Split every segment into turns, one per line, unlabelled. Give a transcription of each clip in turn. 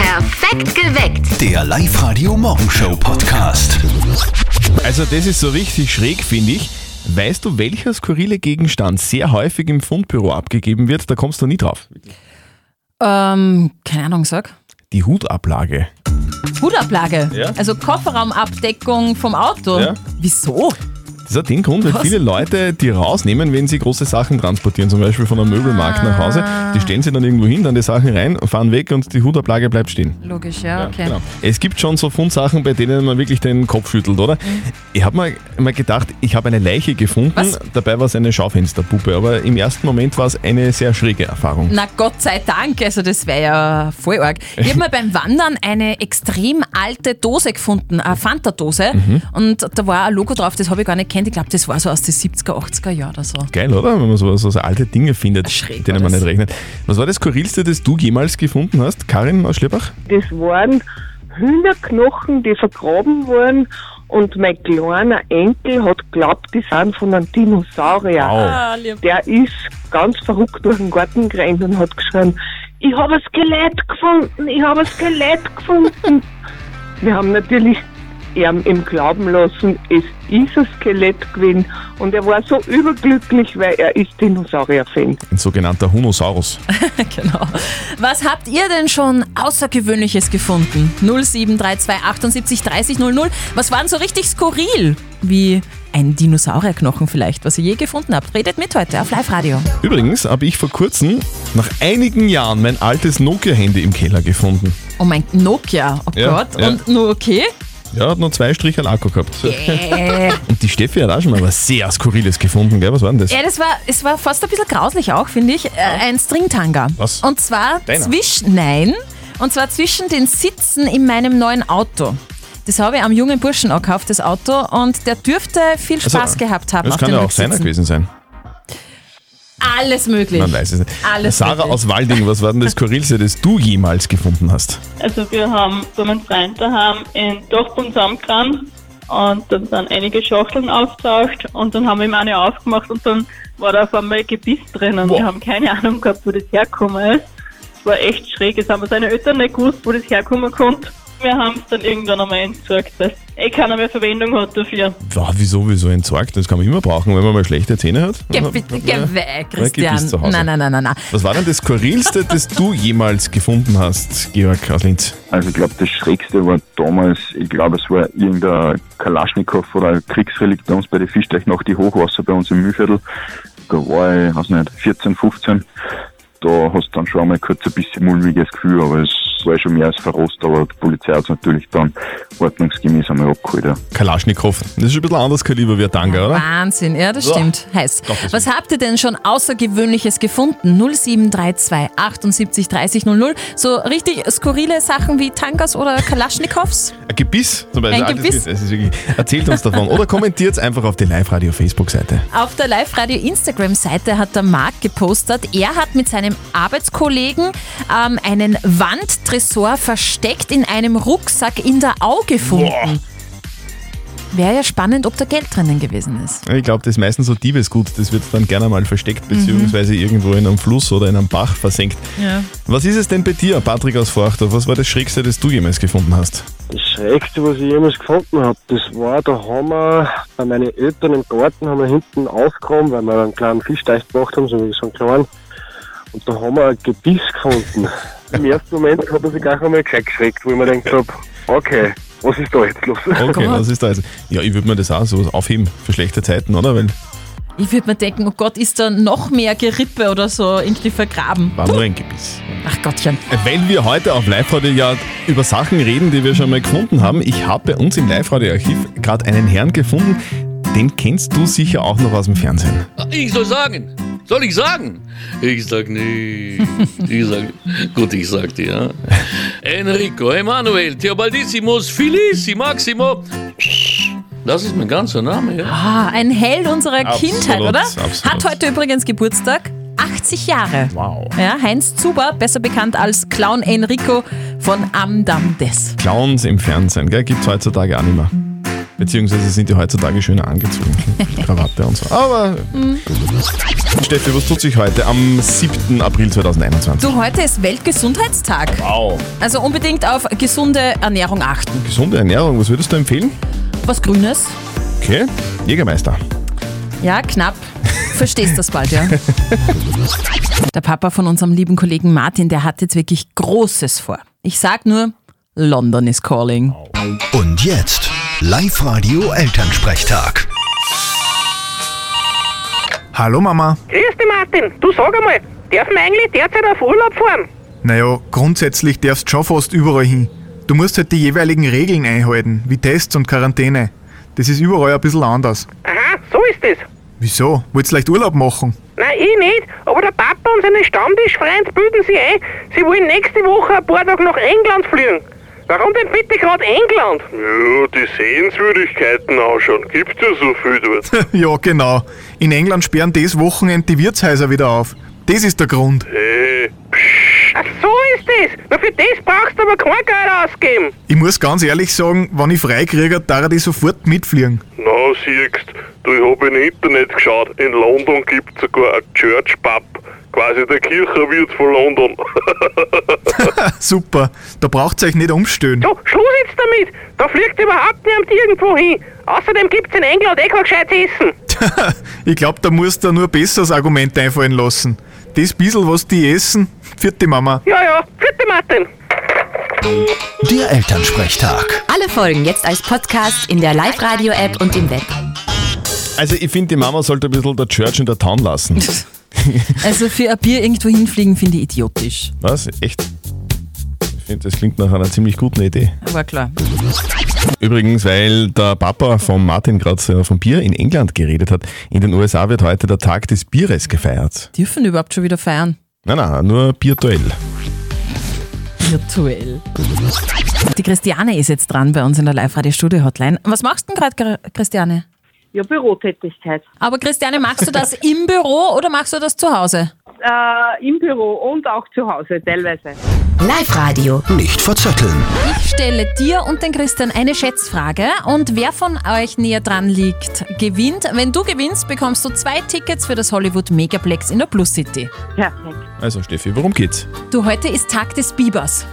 Perfekt geweckt.
Der Live-Radio Morgenshow Podcast.
Also das ist so richtig schräg, finde ich. Weißt du, welcher skurrile Gegenstand sehr häufig im Fundbüro abgegeben wird? Da kommst du nie drauf.
Ähm, keine Ahnung, sag.
Die Hutablage.
Hutablage.
Ja.
Also Kofferraumabdeckung vom Auto.
Ja.
Wieso?
Das hat den Grund, weil
Was?
viele Leute die rausnehmen, wenn sie große Sachen transportieren, zum Beispiel von einem Möbelmarkt nach Hause.
Ah.
Die stellen sie dann irgendwo hin, dann die Sachen rein, fahren weg und die Hutablage bleibt stehen.
Logisch, ja,
Ja,
okay.
genau. Es gibt schon so Fundsachen, bei denen man wirklich den Kopf schüttelt, oder? Ich habe mal, mal gedacht, ich habe eine Leiche gefunden,
Mhm. Was?
dabei war es eine Schaufensterpuppe, aber im ersten Moment war es eine sehr schräge Erfahrung.
Na Gott sei Dank, also das wäre ja voll arg. Ich habe mal beim Wandern eine extrem alte Dose gefunden, eine Fanta-Dose.
Mhm.
Und da war ein Logo drauf, das habe ich gar nicht kennt. Ich glaube, das war so aus den 70er, 80er Jahren oder so.
Geil, oder? Wenn man so, so, so alte Dinge findet,
Schräg
mit denen
war
man
das.
nicht rechnet. Was war das Skurrilste, das du jemals gefunden hast, Karin aus Schlierbach?
das waren Hühnerknochen, die vergraben wurden. Und mein kleiner Enkel hat geglaubt, die sind von einem Dinosaurier.
Ah.
Ah,
Wow.
Der ist ganz verrückt durch den Garten gerannt und hat geschrien, ich habe ein Skelett gefunden, ich habe ein Skelett gefunden. Wir haben natürlich ihm im Glauben lassen, es ist ein Skelett gewesen. Und er war so überglücklich, weil er ist Dinosaurier-Fan.
Ein sogenannter Hunosaurus.
Genau. Was habt ihr denn schon Außergewöhnliches gefunden? 0732 78 30 00. Was war denn so richtig skurril? Wie ein Dinosaurierknochen vielleicht, was ihr je gefunden habt. Redet mit heute auf Live-Radio.
Übrigens habe ich vor kurzem, nach einigen Jahren, mein altes Nokia-Handy im Keller gefunden.
Oh mein Nokia, oh
Ja,
Gott.
ja.
Und nur okay?
Ja, hat nur zwei Striche an Akku gehabt.
Äh.
Und die Steffi hat auch schon mal was sehr Skurriles gefunden, gell? Was war denn das?
Ja, das war, es war fast ein bisschen grauslich auch, finde ich. Äh, ein Stringtanga.
Was?
Und zwar
Deiner?
zwischen, nein, und zwar zwischen den Sitzen in meinem neuen Auto. Das habe ich am jungen Burschen auch gekauft, das Auto, und der dürfte viel Spaß gehabt haben.
Also, Das
auf
kann
den
ja auch
Rücksitzen.
seiner gewesen sein.
Alles möglich.
Man weiß es nicht.
Alles
Sarah
möglich.
aus Walding, was war denn das Skurrilste, das du jemals gefunden hast?
Also wir haben bei meinem Freund daheim in Dachboden zusammengekramt und dann sind einige Schachteln aufgetaucht und dann haben wir ihm eine aufgemacht und dann war da auf einmal Gebiss drin und wir haben keine Ahnung gehabt, wo das hergekommen ist. Es war echt schräg, es haben seine Eltern nicht gewusst, wo das herkommen konnte. Wir haben es dann irgendwann einmal entsorgt, weil eh keiner mehr Verwendung hat dafür.
Boah, wieso, wieso entsorgt? Das kann man immer brauchen, wenn man mal schlechte Zähne hat.
Geh bitte, geh weg, Christian.
Gebiss zu Hause.
Nein, nein, nein, nein, nein.
Was war denn das Skurrilste, das du jemals gefunden hast, Georg aus Linz?
Also ich glaube, das Schrägste war damals, ich glaube, es war irgendein Kalaschnikow oder ein Kriegsrelikt bei uns bei den Fischteich nach die Hochwasser bei uns im Mühlviertel. Da war ich, weiß nicht, 14, 15. Da hast du dann schon einmal kurz ein bisschen mulmiges Gefühl, aber es war schon mehr als verrost, aber die Polizei hat es natürlich dann ordnungsgemäß einmal abgeholt. Ja.
Kalaschnikow. Das ist schon ein bisschen anders Kaliber wie ein Tanga, oder?
Wahnsinn, ja, das
So.
stimmt. Heiß.
Gottes
Was habt ihr denn schon Außergewöhnliches gefunden? 0732 78 30 00. So richtig skurrile Sachen wie Tankas oder Kalaschnikows?
Ein Gebiss zum Beispiel.
Ein
altes
Gebiss.
Es ist wirklich, erzählt uns davon oder kommentiert es einfach auf die Live-Radio-Facebook-Seite.
Auf der Live-Radio Instagram-Seite hat der Marc gepostet, er hat mit seinem Arbeitskollegen ähm, einen Wandtresor versteckt in einem Rucksack in der Au gefunden. Wäre ja spannend, ob da Geld drinnen gewesen ist.
Ich glaube, das ist meistens so Diebesgut. Das wird dann gerne mal versteckt,
Mhm.
beziehungsweise irgendwo in einem Fluss oder in einem Bach versenkt. Was ist es denn bei dir, Patrick aus Forchdorf? Was war das Schrägste, das du jemals gefunden hast?
Das Schrägste, was ich jemals gefunden habe, das war, da haben wir bei meinen Eltern im Garten haben wir hinten aufgehoben, weil wir einen kleinen Fischteich gemacht haben, so wie so einen kleinen. Und da haben wir ein Gebiss gefunden. Im ersten Moment hat er sich gleich einmal gescheit geschreckt, wo ich mir gedacht habe, okay, was ist da jetzt los?
Ah,
Okay,
Gott.
was ist da jetzt? Ja, ich würde mir das auch sowas aufheben für schlechte Zeiten, oder? Weil
Ich würde mir denken, oh Gott, ist da noch mehr Gerippe oder so irgendwie vergraben?
war nur ein Gebiss.
Ach Gottchen.
Wenn wir heute auf Live-Radio ja über Sachen reden, die wir schon mal gefunden haben, ich habe bei uns im Live-Radio-Archiv gerade einen Herrn gefunden, den kennst du sicher auch noch aus dem Fernsehen.
Ich soll sagen. Soll ich sagen? Ich sag nicht. Ich sag, gut, ich sag dir. Ja. Enrico, Emanuel, Theobaldissimus, Filisi, Maximo. Das ist mein ganzer Name, ja.
Ah, ein Held unserer
Absolut,
Kindheit, oder?
absolut.
Hat heute übrigens Geburtstag. 80 Jahre.
Wow.
Ja, Heinz Zuber, besser bekannt als Clown Enrico von Amdam Des.
Clowns im Fernsehen, gell? Gibt's heutzutage auch nicht mehr. Beziehungsweise sind die heutzutage schöner angezogen. Krawatte und so. Aber. Steffi, was tut sich heute am 7. April 2021?
Du, heute ist Weltgesundheitstag.
Wow.
Also unbedingt auf gesunde Ernährung achten.
Gesunde Ernährung, was würdest du empfehlen?
Was Grünes?
Okay. Jägermeister.
Ja, knapp. Verstehst das bald, ja? Der Papa von unserem lieben Kollegen Martin, der hat jetzt wirklich Großes vor. Ich sag nur, London is calling.
Und jetzt Live-Radio Elternsprechtag.
Hallo Mama.
Grüß dich, Martin. Du sag einmal, dürfen wir eigentlich derzeit auf Urlaub fahren?
Naja, grundsätzlich darfst schon fast überall hin. Du musst halt die jeweiligen Regeln einhalten, wie Tests und Quarantäne. Das ist überall ein bisschen anders.
Aha, so ist es.
Wieso? Wollt's leicht Urlaub machen?
Nein, ich nicht, aber der Papa und seine Stammtischfreunde bilden sie ein, sie wollen nächste Woche ein paar Tage nach England fliegen. Warum denn bitte gerade England?
Ja, die Sehenswürdigkeiten ausschauen. Gibt ja so viel dort.
ja, genau. In England sperren das Wochenende die Wirtshäuser wieder auf. Das ist der Grund.
Hey,
Ach, so ist es. Na, für das brauchst du aber kein Geld ausgeben.
Ich muss ganz ehrlich sagen, wenn ich freikriege, darf ich sofort mitfliegen.
na siehst du, ich hab im Internet geschaut. In London gibt's sogar ein Church Pub. Quasi der Kirchenwirt von London.
Super, da braucht's euch nicht umstellen.
Du, Schluss jetzt damit. Da fliegt überhaupt niemand irgendwo hin. Außerdem gibt's in England eh kein gescheites Essen.
Ich glaub, da musst du nur ein besseres Argument einfallen lassen. Das bissel, was die essen, für die Mama.
Ja, ja, vierte Martin.
Der Elternsprechtag.
Alle Folgen jetzt als Podcast in der Live-Radio-App und im Web.
Also, ich finde, die Mama sollte ein bisschen der Church in der Town lassen.
Also für ein Bier irgendwo hinfliegen finde ich idiotisch.
Was? Echt? Ich finde, das klingt nach einer ziemlich guten Idee.
Aber klar.
Übrigens, weil der Papa von Martin gerade vom Bier in England geredet hat, in den USA wird heute der Tag des Bieres gefeiert.
Dürfen überhaupt schon wieder feiern?
Nein, nein, nur virtuell.
Virtuell. Die Christiane ist jetzt dran bei uns in der Live-Radio-Studio-Hotline. Was machst du denn gerade, Christiane?
Ja, Bürotätigkeit.
Aber Christiane, machst du das im Büro oder machst du das zu Hause?
Äh, Im Büro und auch zu Hause teilweise.
Live-Radio.
Nicht verzetteln.
Ich stelle dir und den Christian eine Schätzfrage und wer von euch näher dran liegt, gewinnt. Wenn du gewinnst, bekommst du zwei Tickets für das Hollywood Megaplex in der Plus City.
Perfekt.
Also, Steffi, worum geht's?
Du, heute ist Tag des Bibers,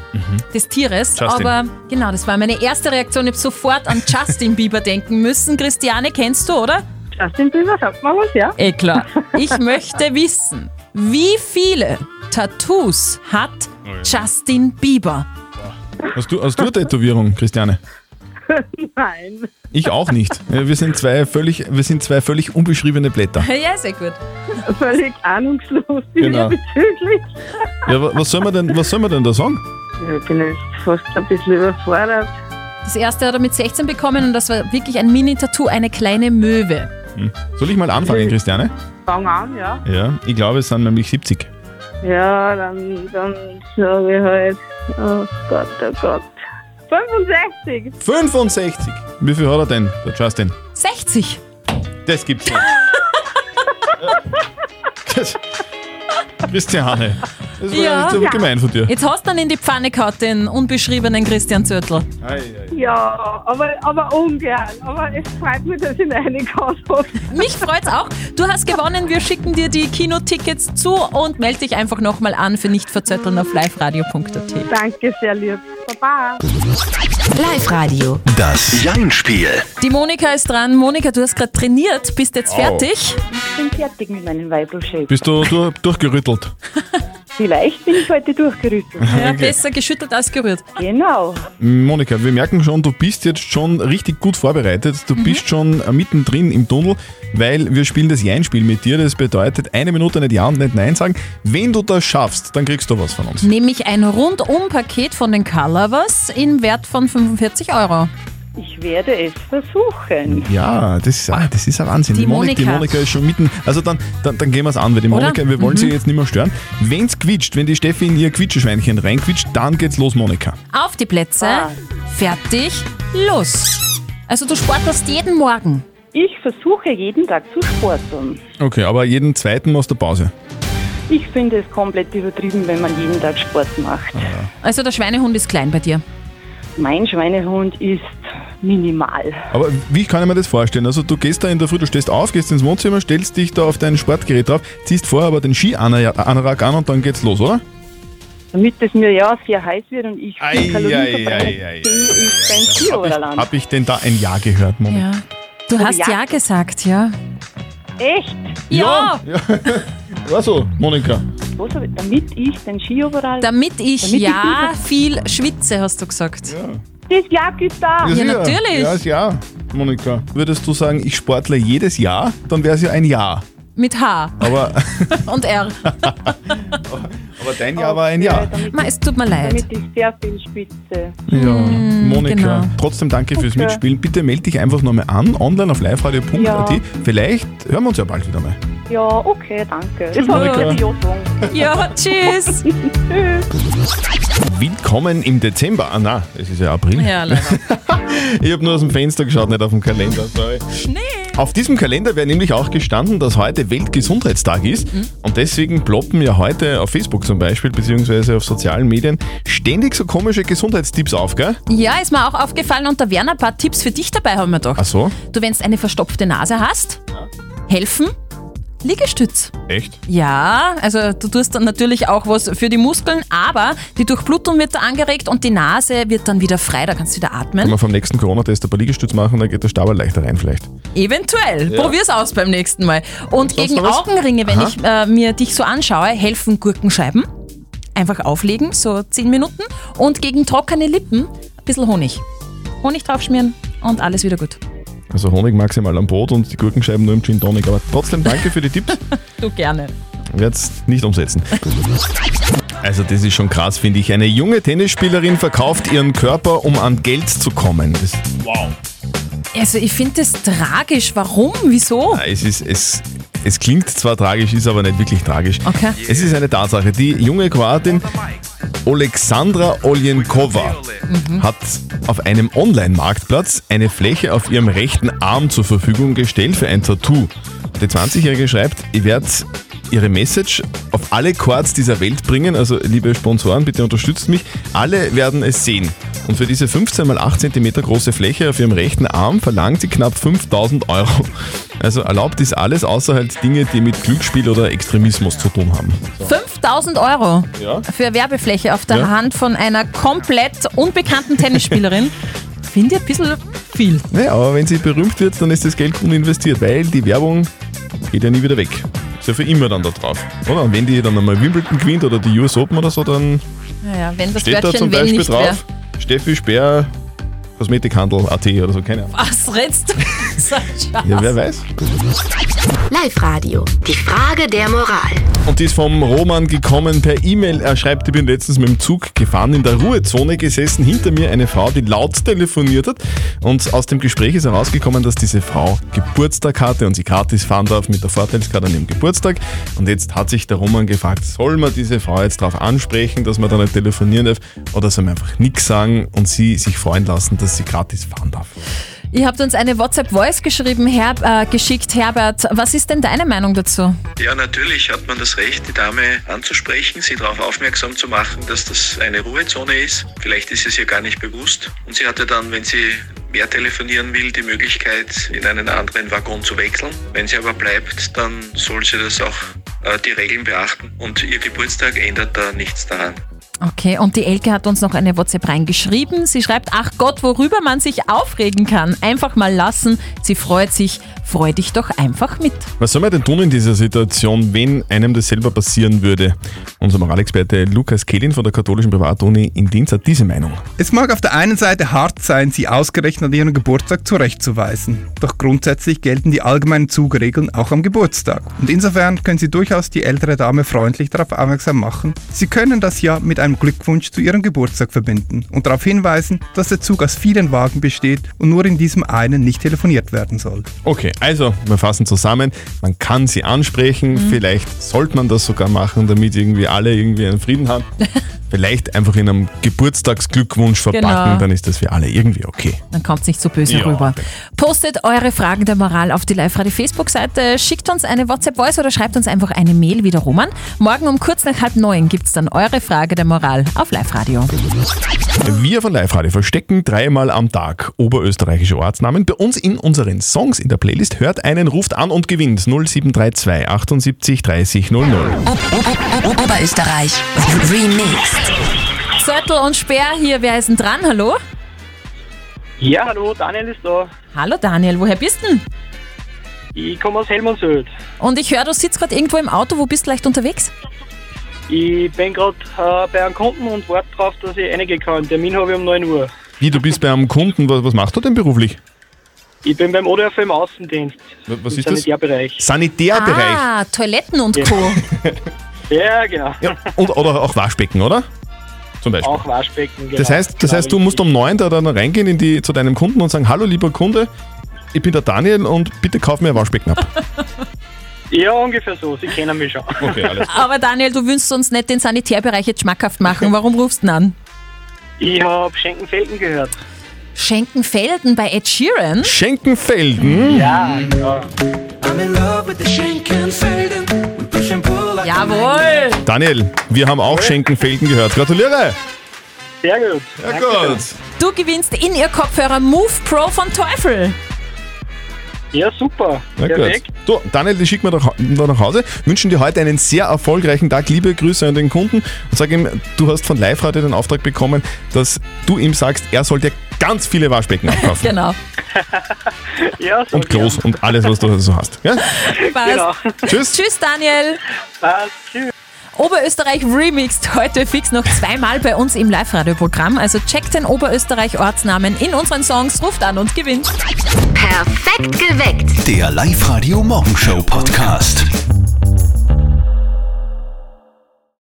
des Tieres.
Justin.
Aber genau, das war meine erste Reaktion. Ich habe sofort an Justin Bieber denken müssen. Christiane, kennst du, oder?
Justin Bieber, sagt mal was, ja?
Eh klar. Ich möchte wissen, wie viele Tattoos hat Justin Bieber?
Hast du, hast du eine Tätowierung, Christiane?
Nein.
Ich auch nicht. Ja, Wir sind zwei völlig, wir sind zwei völlig unbeschriebene Blätter.
Ja, sehr gut.
Völlig ahnungslos
Genau.
diesbezüglich.
Ja, wa- was soll man denn, was soll man denn da sagen?
Ja, ich bin jetzt fast ein bisschen überfordert.
Das erste hat er mit 16 bekommen und das war wirklich ein Mini-Tattoo, eine kleine Möwe.
Soll ich mal anfangen, Christiane?
Fang an, ja?
Ja, ich glaube, es sind nämlich 70.
Ja, dann, dann sage ich halt, oh Gott, oh Gott. 65!
65! Wie viel hat er denn, der Justin?
60.
Das gibt's nicht. Das- Christiane, das war
Ja.
jetzt aber gemein von dir.
Jetzt hast du ihn in die Pfanne gehauen, den unbeschriebenen Christian Zörtl.
Ja, aber, aber ungern. Aber es freut mich, dass ich reingehauen habe.
Mich freut's auch. Du hast gewonnen. Wir schicken dir die Kinotickets zu und melde dich einfach nochmal an für nicht verzötteln auf liveradio.at.
Danke, sehr lieb. Baba.
Live-Radio.
Das Jein-Spiel.
Die Monika ist dran. Monika, du hast gerade trainiert, bist jetzt
Au.
fertig.
Ich bin fertig mit meinem Weibelschild.
Bist du du- durchgerüttelt?
Vielleicht bin ich heute durchgerüttelt.
Ja, besser geschüttelt als gerührt.
Genau.
Monika, wir merken schon, du bist jetzt schon richtig gut vorbereitet. Du bist schon mittendrin im Tunnel, weil wir spielen das Jein-Spiel mit dir. Das bedeutet, eine Minute nicht Ja und nicht Nein sagen. Wenn du das schaffst, dann kriegst du was von uns.
Nämlich ein Rundum-Paket von den Colorvers im Wert von 45 Euro.
Ich werde es versuchen.
Ja, das ist, ah, das ist ein Wahnsinn.
Die
Monik- die
Monika.
Monika ist schon mitten. Also dann, dann, dann gehen wir es an, weil die
Oder? Mhm.
Monika, wir wollen sie jetzt nicht mehr stören. Wenn es quietscht, wenn die Steffi in ihr Quitscheschweinchen reinquitscht, dann geht's los, Monika.
Auf die Plätze. Fertig. Los. Also du sportest jeden Morgen.
Ich versuche jeden Tag zu sporteln.
Okay, aber jeden zweiten machst du Pause.
Ich finde es komplett übertrieben, wenn man jeden Tag Sport macht.
Also der Schweinehund ist klein bei dir.
Mein Schweinehund ist
minimal.
Aber wie kann ich mir das vorstellen? Also du gehst da in der Früh, du stehst auf, gehst ins Wohnzimmer, stellst dich da auf dein Sportgerät drauf, ziehst vorher aber den Ski-Anorak an und dann geht's los, oder?
Damit es mir ja sehr heiß wird und ich viel Kalorien verbrenne,
ei, ei.
bin ich beim Skiorderland.
Hab ich denn da ein Ja gehört? Moment.
Ja. Du hast ja. gesagt, ja.
Echt?
Ja!
Also, Monika.
Was hab ich- damit ich den Skioverall...
Damit ich
Damit ich
ja viel schwitze, hast du gesagt. Ja,
das Ja gibt da.
sicher.
natürlich.
Ja, ist ja, Monika. Würdest du sagen, ich sportle jedes Jahr, dann wäre es ja ein Ja.
Mit H
Aber,
und R.
aber dein Jahr war ein Ja.
Ma, es tut mir leid.
Damit ich sehr viel spitze.
Ja, Monika,
genau.
trotzdem danke fürs
Okay.
Mitspielen. Bitte melde dich einfach nochmal an, online auf liveradio.at.
Ja.
Vielleicht hören wir uns ja bald wieder mal.
Ja, okay, danke. Das
Tschüss,
war
Monika.
eine Jodung.
Ja, tschüss.
Willkommen im Dezember. Ah, nein, es ist ja April.
Ja, leider.
Ich habe nur aus dem Fenster geschaut, nicht auf dem Kalender. Sorry.
Schnee.
Auf diesem Kalender wäre nämlich auch gestanden, dass heute Weltgesundheitstag ist. Und deswegen ploppen ja heute auf Facebook zum Beispiel, beziehungsweise auf sozialen Medien, ständig so komische Gesundheitstipps auf, gell?
Ja, ist mir auch aufgefallen und da wären ein paar Tipps für dich dabei, haben wir
Ach
gedacht.
so?
Du, wenn du eine verstopfte Nase hast, helfen Liegestütz.
Echt?
Ja, also du tust dann natürlich auch was für die Muskeln, aber die Durchblutung wird da angeregt und die Nase wird dann wieder frei, da kannst du wieder
Wenn
atmen.
wir vom nächsten Corona-Test ein paar Liegestütz machen, dann geht der Stabal leichter rein vielleicht.
Eventuell.
Ja.
Probier's aus beim nächsten Mal. Und
sonst
gegen
noch was?
Augenringe, wenn
Aha.
ich äh, mir dich so anschaue, helfen Gurkenscheiben. Einfach auflegen, so 10 Minuten. Und gegen trockene Lippen ein bisschen Honig. Honig draufschmieren und alles wieder gut.
Also Honig maximal am Brot und die Gurkenscheiben nur im Gin Tonic. Aber trotzdem danke für die Tipps.
Du gerne.
Werde es nicht umsetzen. Also das ist schon krass, finde ich. Eine junge Tennisspielerin verkauft ihren Körper, um an Geld zu kommen. Das, wow.
Also ich finde das tragisch. Warum? Wieso?
Es, ist, es, es klingt zwar tragisch, ist aber nicht wirklich tragisch.
Okay.
Es ist eine Tatsache. Die junge Kroatin Oleksandra Oljenkova hat auf einem Online-Marktplatz eine Fläche auf ihrem rechten Arm zur Verfügung gestellt für ein Tattoo. Die 20-Jährige schreibt, ich werde ihre Message auf alle Chords dieser Welt bringen. Also liebe Sponsoren, bitte unterstützt mich. Alle werden es sehen. Und für diese 15 mal 8 cm große Fläche auf ihrem rechten Arm verlangt sie knapp 5000 Euro. Also erlaubt ist alles außer halt Dinge, die mit Glücksspiel oder Extremismus zu tun haben.
5000 Euro
Ja.
für Werbefläche auf der
Ja.
Hand von einer komplett unbekannten Tennisspielerin. Finde ich ein bisschen viel.
Naja, aber wenn sie berühmt wird, dann ist das Geld uninvestiert, weil die Werbung geht ja nie wieder weg. Ist ja für immer dann da drauf. Oder? Und wenn die dann einmal Wimbledon gewinnt oder die US Open oder so, dann
Naja, wenn das
steht da zum
Wörtchen wenn
Beispiel
nicht wäre.
drauf, Steffi Speer, Kosmetikhandel, AT oder so, keine Ahnung.
Was redst du? So ein Scheiß.
Ja, wer weiß.
Live-Radio. Die Frage der Moral.
Und die ist vom Roman gekommen per E-Mail. Er schreibt, ich bin letztens mit dem Zug gefahren, in der Ruhezone gesessen, hinter mir eine Frau, die laut telefoniert hat. Und aus dem Gespräch ist herausgekommen, dass diese Frau Geburtstag hatte und sie gratis fahren darf mit der Vorteilskarte an ihrem Geburtstag. Und jetzt hat sich der Roman gefragt, soll man diese Frau jetzt darauf ansprechen, dass man da nicht telefonieren darf oder soll man einfach nichts sagen und sie sich freuen lassen, dass sie gratis fahren darf.
Ihr habt uns eine WhatsApp-Voice geschrieben, Herb, äh, geschickt. Herbert, was ist denn deine Meinung dazu?
Ja, natürlich hat man das Recht, die Dame anzusprechen, sie darauf aufmerksam zu machen, dass das eine Ruhezone ist. Vielleicht ist es ihr gar nicht bewusst. Und sie hatte dann, wenn sie mehr telefonieren will, die Möglichkeit, in einen anderen Waggon zu wechseln. Wenn sie aber bleibt, dann soll sie das auch äh, die Regeln beachten. Und ihr Geburtstag ändert da nichts daran.
Okay, und die Elke hat uns noch eine WhatsApp reingeschrieben. Sie schreibt, ach Gott, worüber man sich aufregen kann. Einfach mal lassen. Sie freut sich. Freu dich doch einfach mit.
Was soll man denn tun in dieser Situation, wenn einem das selber passieren würde? Unser Moralexperte Lukas Kehlin von der katholischen Privatuni in Dienst hat diese Meinung.
Es mag auf der einen Seite hart sein, sie ausgerechnet an ihrem Geburtstag zurechtzuweisen. Doch grundsätzlich gelten die allgemeinen Zugregeln auch am Geburtstag. Und insofern können Sie durchaus die ältere Dame freundlich darauf aufmerksam machen. Sie können das ja mit einem Glückwunsch zu Ihrem Geburtstag verbinden und darauf hinweisen, dass der Zug aus vielen Wagen besteht und nur in diesem einen nicht telefoniert werden soll.
Okay, also wir fassen zusammen, man kann sie ansprechen, vielleicht sollte man das sogar machen, damit irgendwie alle irgendwie einen Frieden haben. vielleicht einfach in einem Geburtstagsglückwunsch verpacken,
Genau.
dann ist das für alle irgendwie okay.
Dann kommt es nicht so böse
Ja.
rüber. Postet eure Fragen der Moral auf die Live-Radio-Facebook-Seite, schickt uns eine WhatsApp-Voice oder schreibt uns einfach eine Mail wieder Roman. Morgen um kurz nach halb neun gibt es dann eure Frage der Moral auf Live-Radio.
Wie Wir von Live Radio verstecken dreimal am Tag oberösterreichische Ortsnamen bei uns in unseren Songs in der Playlist. Hört einen, ruft an und gewinnt 0732 78 30 00.
Oberösterreich. Remixed.
Zörtel und Speer hier, wer ist denn dran? Hallo?
Ja, hallo, Daniel ist da.
Hallo Daniel, woher bist denn?
Ich komme aus Helmansöld.
Und ich höre, du sitzt gerade irgendwo im Auto, wo bist du leicht unterwegs?
Ich bin gerade äh, bei einem Kunden und warte darauf, dass ich reingehen kann. Termin habe ich um 9 Uhr.
Wie, du bist bei einem Kunden, was, was machst du denn beruflich?
Ich bin beim ODF im Außendienst.
Was
Im
ist das?
Sanitärbereich.
Sanitärbereich.
Ah, Toiletten und Co.
Ja, genau.
Ja, und, oder auch Waschbecken, oder? Zum Beispiel.
Auch Waschbecken. Genau.
das heißt, das
Genau,
heißt, du musst um neun da dann reingehen in die, zu deinem Kunden und sagen, hallo lieber Kunde, ich bin der Daniel und bitte kauf mir ein Waschbecken ab.
Ja, ungefähr so. Sie kennen mich schon.
Okay, alles
Aber Daniel, du willst uns nicht den Sanitärbereich jetzt schmackhaft machen. Warum rufst du denn an?
Ich habe Schenkenfelden gehört.
Schenkenfelden bei Ed Sheeran?
Schenkenfelden?
Ja, ja.
Jawohl!
Daniel, wir haben auch Schenkenfelden gehört. Gratuliere!
Sehr gut.
Ja gut.
Du gewinnst in ihr Kopfhörer Move Pro von Teufel.
Ja, super.
Na gut.
Perfekt.
So, Daniel, die schicken wir doch da nach Hause. Wünschen dir heute einen sehr erfolgreichen Tag. Liebe Grüße an den Kunden. Und sag ihm, du hast von Live Radio den Auftrag bekommen, dass du ihm sagst, er soll dir ganz viele Waschbecken abkaufen.
Genau.
Ja,
Und groß und alles, was du so hast. Ja?
Passt.
Tschüss.
Tschüss, Daniel. Oberösterreich Remixed heute fix noch zweimal bei uns im Live-Radio-Programm. Also checkt den Oberösterreich-Ortsnamen in unseren Songs, ruft an und gewinnt.
Perfekt geweckt.
Der Live-Radio Morgenshow Podcast.